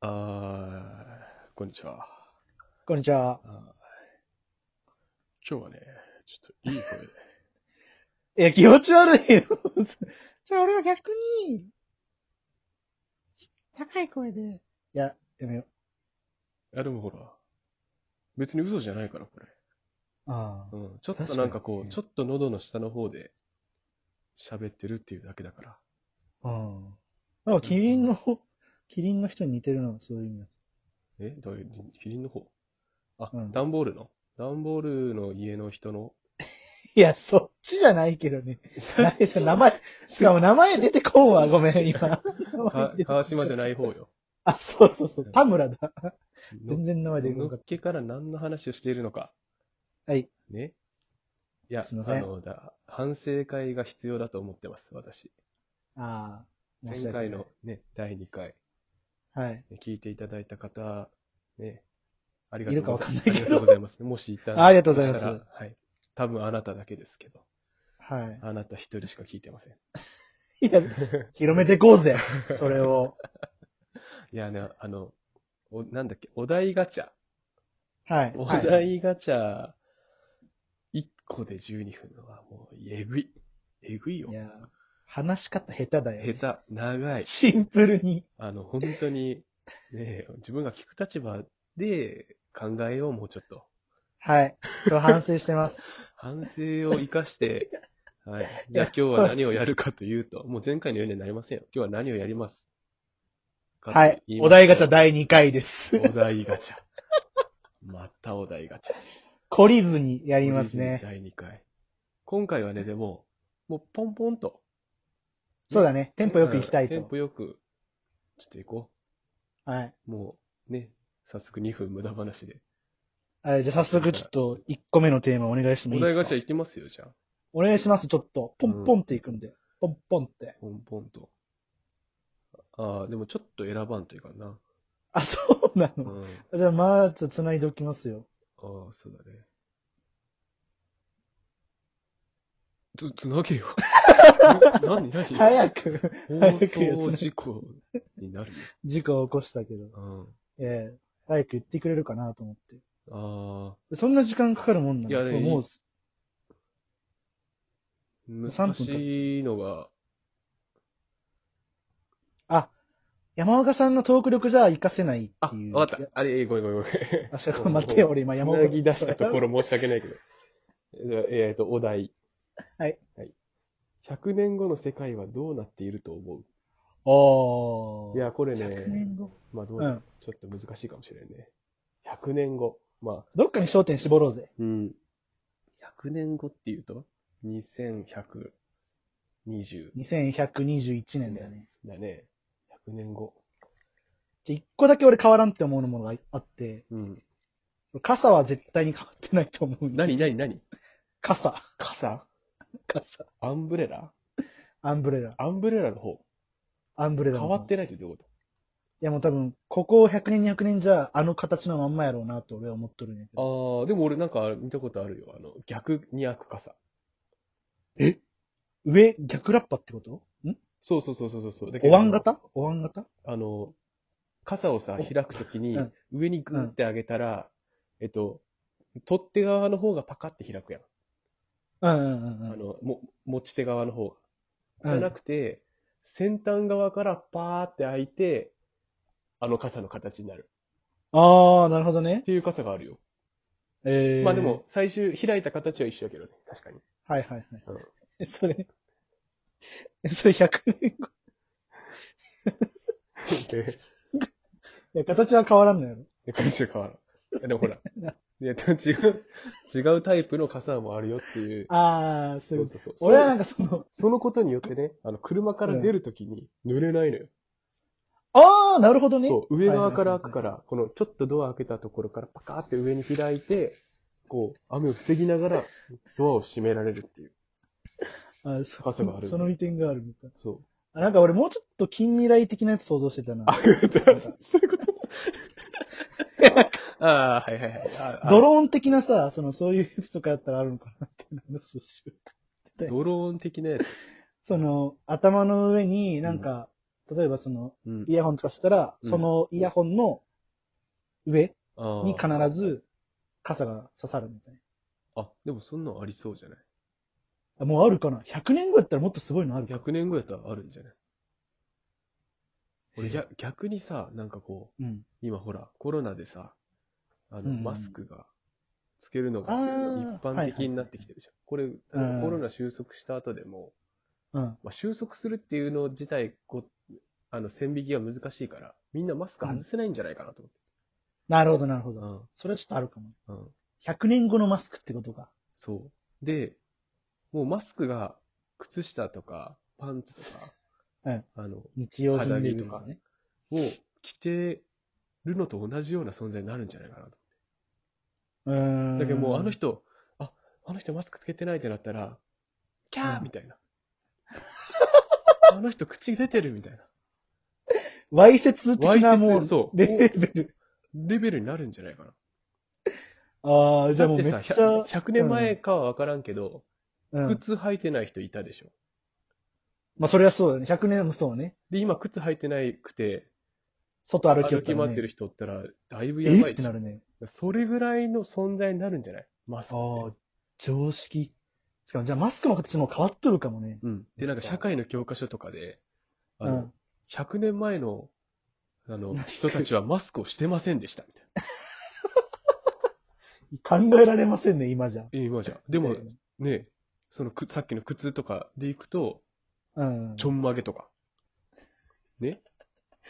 あー、こんにちは。こんにちは。あー今日はね、ちょっといい声で。いや、気持ち悪いよ。じゃあ俺は逆に、高い声で。いや、やめよいや、でもほら、別に嘘じゃないから、これ。う。あうあ。ん、ちょっとなんかこ確かにう、ねちょっと喉の下の方で喋ってるっていうだけだから。うん。なんかキリンの、キリンの人に似てるの、そういう意味だえどういう、キリンの方あ、うん段ボールの段ボールの家の人の。いや、そっちじゃないけどね。何その名前、しかも名前出てこんわ、ごめん、今。か川島じゃい。ない方よ。あ、そうそうそう、田村だ。の全然名前出てこのなかっっけから何の話をしているのか。た。はい。ね。いや、すいませんあの、だ、反省会が必要だと思ってます、私。ああ。申前し訳ない回の。ね、第2回、はい。ね聞いていただいた方、ね、ありがいとるうごかわざかいんまないす。けあどりがとうございます。もしいたありがとうございますとしたらはい。多分あなただけですけど、はい。あなた一人しか聞いてません。 いや、広めていこうぜ。それを。いやね、あの、おなんだっけ、お題ガチャ。はい。おはい題ガチャ、1個で12分はもう、えぐい。えぐいよい。や、話し方下手だよ、ね。下手、長い。シンプルに。あの、本当に、ね、自分が聞く立場で考えよう、もうちょっと。はい。今日反省してます。 反省を生かして、はい。じゃあ今日は何をやるかというと、もう前回のようにはなりませんよ。今日は何をやりますかとはい言。ますとお題ガチャ。第2回です。 お題ガチャ。またお題ガチャ。懲りずにやありますね。第2回。今回はね、でも、もうポンポンと。そうだね。テンポよく行きたいうんテンと。ポよく、ちょっと行こはい。う。もう、ね、早速2分無駄話で。あじゃあ早速ちょっと1個目のテーマお願いしてもいおい題ですかガチャ行きますよ、じゃあ。お願いします。ちょっと。ポンポンっていくんで。ポンポンって。ポンポンと。ああ、でもちょっと選ばんというかな。あ、そうなうの。ん。あじゃあまず繋いでおきますよ。あ、そうだね。つ、つなげよ。 なになに早く、 放早くや送つ事故になるよ。事故を起こしたけど。うん。ええ早く言ってくれるかなと思って。ああ、そんな時間かかるもんなのいやねもう、難しいのが、あ、山岡さんのトーク力じゃ活かせないあってい、う。わかっいやた。あれ、えーごめんごめんごめん。あ、そこ 待ってよ、俺今つ山岡なぎ出したとこ。ろ申し訳ないけど。じゃあ、えっと、お題。はい。はい。100年後の世界はどうなっていると思おういー。や、これ100ね、年後。まあどうう。だろうんちょっと難しいかもしれんね。100年後。まあ、どっかに焦点絞ろうぜ。うん。100年後っていうと、2120 2121年だよね。だね。100年後。じゃ、一個だけ俺変わらんって思うものがあって、うん。傘は絶対に変わってないと思う。何何何傘。傘傘。アンブレラアンブレラ。アンブレラの方。アンブレラの変方。わってないってどういうこいやもう多分、ここ100年200年じゃ、あの形のまんまやろうなと俺は思っとるんやけど。とああ、でも俺なんか見たことあるよ。あの、逆に開く傘。上、逆ラッパってことんそうそうそうそうそう。だけおど椀型お椀型あの、傘をさ、開くときにうん、上にグーって上げたら、えっと、取っ手側の方がパカって開くやん。うんうんうんうん。あの、も、持ち手側の方が。うじんゃなくて、先端側からパーって開いて、あの傘の形になる。ああ、なるほどねっ。ていう傘があるよ。ええまあでも、、最終開いた形は一緒やけどね。確 かに。はいはいはい。えそれ、えそれ100年後。いや、形は変わらんのやろ。で、形は変わらんいや。でも ほら。いや違う、違うタイプの傘もあるよっていう。ああ、そそういううこそうそう。と。俺はなんかその、そのことによってね、あの、車から出るときに濡れないのよ。ああ、なるほどね。。そう、上側から開くからら、このちょっとドア開けたところからパカーって上に開いて、こう、雨を防ぎながらドアを閉められるっていう。あーそ傘があるその利点があるみたいな。そう。あなんか俺もうちょっと近未来的なやつ想像してたな。あ、そういう ことああ、はいはいはい。あドローン的なさ、その、そういうやつとかやったらあるのかなっていう話をしようと思っててドローン的なやつ。その、頭の上になんか、例えばその、うんイ。ヤホンとかしたら、うんそのイヤホンの上あーに必ず傘が刺さるみたいなあ、でもそんなんありそうじゃない。あもうあるかな ?100 年後やったらもっとすごいのあるか。 100年後やったらあるんじゃない俺逆、逆にさ、なんかこう、うん。今ほら、コロナでさ、あの、うんマスクが、つけるのがあ一ー般的になってきてるじゃん。これ、うんコロナ収束した後でも、うん。まあ、収束するっていうの自体こ、あの、線引きが難しいから、みんなマスク外せないんじゃないかなとなるほど、なるほど。思って。それはちょっとあるかも。うん。うん。 100年後のマスクってことか。そう。で、もうマスクが、靴下とか、パンツとか、うんあの、日用品で肌着言とうかとね。を着てるのと同じような存在になるんじゃないかなと。うーん。だけどもうあの人、あ、あの人マスクつけてないってなったら、キャうーんみたいな。あの人口出てるみたいな。わいせつ的なも、わいせつそううレベル。レベルになるんじゃないかな。ああ、じゃあだもっうてめっちさ、ゃ。 100, 年前かはわからんけど、うん。靴履いてない人いたでしょ。まあそれはそうだね。100年もそうね。で、今靴履いてないくて、外歩歩きよき回ってる人。人ったら、だいぶやばえっいでてしなょるね。それぐらいの存在になるんじゃないマスクって。ああ、常識。しかも、じゃあマスクの形も変わっとるかもね。うん。で、なんか社会の教科書とかで、あの、うん100年前の、あのマ、スク人たちはマスクをしてませんでした、みたいな。考えられませんね、今じゃ。え今じゃ。でも え、ね、そのく、さっきの靴とかでいくと、えうん。ちょんまげとか。ね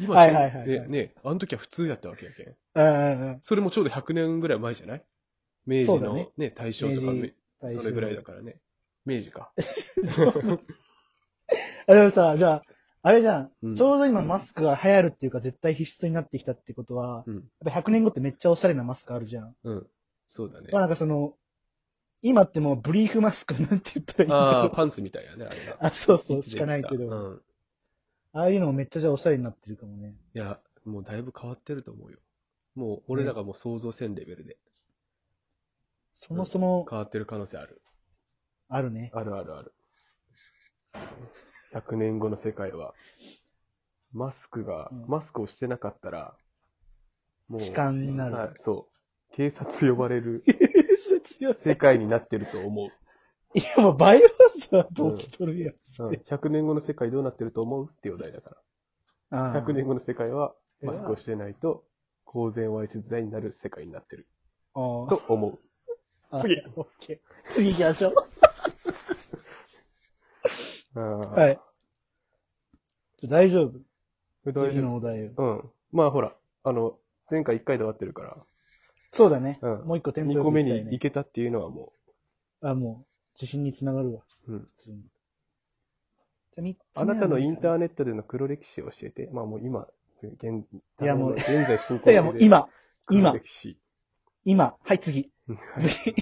今はいはいはいはいちょんね、ね、あの時は普通やったわけやけん。うんうんうん。それもちょうど100年ぐらい前じゃない明そ治うだのねね、大正とか、明治めそれぐらいだからね。明治 か。あ、でもさ、じゃあ、あれじゃん。うんちょうど今マスクが流行るっていうか、絶対必須になってきたってことは、うん。やっぱ100年後ってめっちゃおしゃれなマスクあるじゃん。うん。そうだねまあ。なんかその、今ってもうブリーフマスクなんて言ったらいいんだあろあ、う。パンツみたいやね、あれが。 あ、そうそう、しかないけど。うん。ああいうのもめっちゃじゃあおしゃれになってるかもね。いや、もうだいぶ変わってると思うよ。もう、俺らがもう想像せんレベルでそもそも、変わってる可能性ある。あ るね。あるあるある。100年後の世界は、マスクが、うんマスクをしてなかったら、もう、痴漢になるはい、そう。警察呼ばれるそれ違う世界になってると思う。いや、もうバイオハザード起きとるやうん。ん、100年後の世界どうなってると思うっていうお題だかあら。あ100年後の世界は、うんマスクをしてないと、公然わいせつ罪になる世界になってるああと思う。次あオッケー次行きましょう。 ははい。。大丈夫。大丈次夫のお題を。うん。まあほら、あの、前回1回で終わってるから、そうだね。うんもう一個テンポ2よ個く目いきたいにね行けたっていうのはもあ、もう、自信につながるわ。う、うん。普通に。じゃあ三つあなたのインターーネットでの黒歴史を教えて、まあもう今、現、いやもう現在進行いや、もう今、黒今、歴史。今。はい、次。次。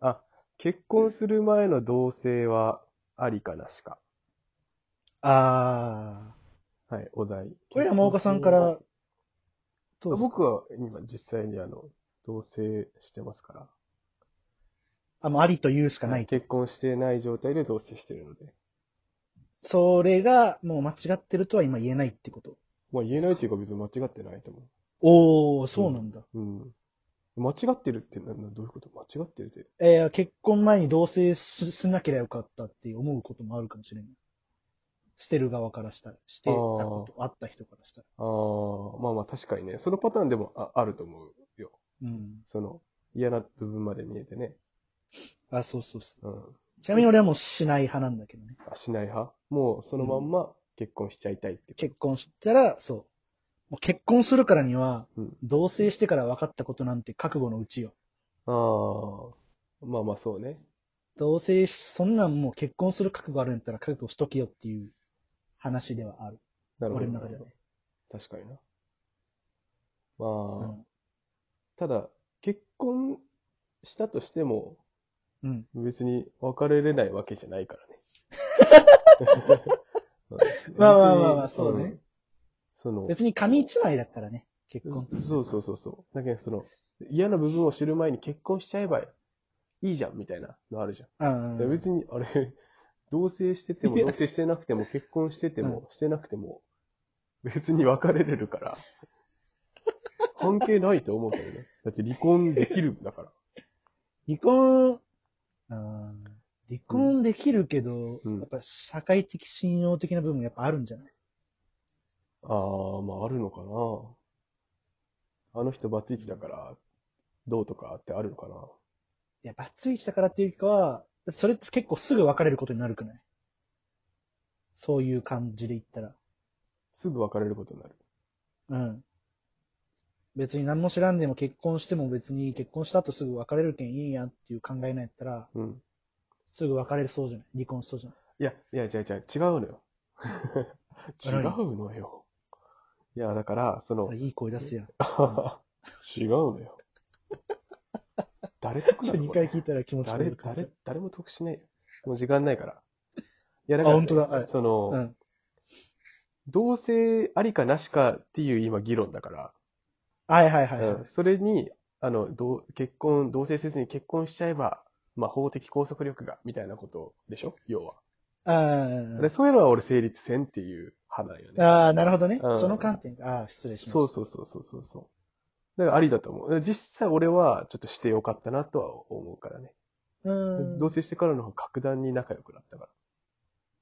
あ、結婚する前の同棲はありかなしか。あはい、お題。ー。これ山岡さんから、どうですか僕は今実際にあの、同棲してますから。あ、もうありと言うしかない。結婚してない状態で同棲してるので。それが、もう間違ってるとは今言えないってこと。まあ言えないというか別に間違ってないと思う。おー、そうなんだ。うん。間違ってるってな、などういうこと間違ってるって。えー結婚前に同棲ししなければよかったって思うこともあるかもしれない。してる側からしたら、してたこと、あった人からしたら。ああ、まあまあ確かにね。そのパターンでもああると思うよ。うん。その、嫌な部分まで見えてね。あ、そうそうそう。うん。ちなみに俺はもうしない派なんだけどね。あしない派もうそのまんま結婚しちゃいたいってこと。結婚したら、そう。もう結婚するからには、うん同棲してから分かったことなんて覚悟のうちよ。ああ、まあまあそうね。同棲し、そんなんもう結婚する覚悟あるんやったら覚悟しとけよっていう話ではある。なるほど。俺の中ではね。確かにな。うまあ、ん。ただ、結婚したとしても、うん。別に別れれないわけじゃないからね。 まあまあまあまあそうねん。その、別に紙一枚だったらね、結婚。そうそうそうそう。だけどその、嫌な部分を知る前に結婚しちゃえばいいじゃんみたいなのあるじゃん。うんうんうん。別に、あれ、 同棲してても、いや同棲してなくても、結婚しててうも、してなくても、別に別れれる から、関係ないと思うけどね。だって離婚できるんだから。離婚、あー離婚できるけど、うんやっぱ社会的信用的な部分やっぱあるんじゃないああ、まああるのかな。あの人バツイチだから、どうとかってあるのかな。いや、バツイチだからっていうよりかは、それって結構すぐ別れることになるくないそういう感じで言ったら。すぐ別れることになる。うん。別に何も知らんでも結婚しても別に結婚した後すぐ別れるけんいいやんっていう考えなんやったら、うん。すぐ別れるそうじゃない離婚しそうじゃないいや、いや、違う違う、違うのよ。 違うのよ。いや、だから、そのあ、れいい声出すやん。 違うのよ。誰得なの2これ回聞いたら気持ち悪誰、いから。誰、誰も得しないよ。もう時間ないから。いや、あ、だから、本当だ。はい。そうの、ん。同棲ありかなしかっていう今議論だから、はいはいはいはい。うんそれに、あの、どう結婚、同棲せずに結婚しちゃえば、まあ、法的拘束力が、みたいなことでしょ要は。あでそういうのは俺成立せんっていう派なんよね。あ、ああ、なるほどね。うんその観点が、ああ、失礼しました。そうそうそうそうそうそう。だからありだと思う。実際俺はちょっとしてよかったなとは思うからね。うーん。同棲してからの方が格段に仲良くなったから。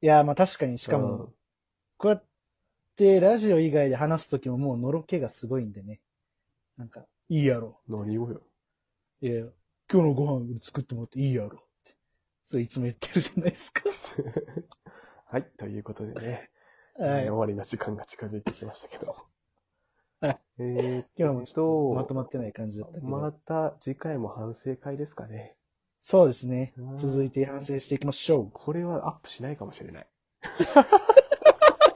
いや、まあ確かに、しかも、こうやってラジオ以外で話すときももうのろけがすごいんでね。なんか、いいやろ。うん、何をよ。 いや、今日のご飯作ってもらっていいやろって。それいつも言ってるじゃない ですか。はい、ということでね、えーは終い。わりの時間が近づいてきましたけど。はいえ今日もーっと、まとまってない感じだったけど。また次回も反省会ですかね。そうですねう。ん続いて反省していきましょう。これはアップしないかもしれない。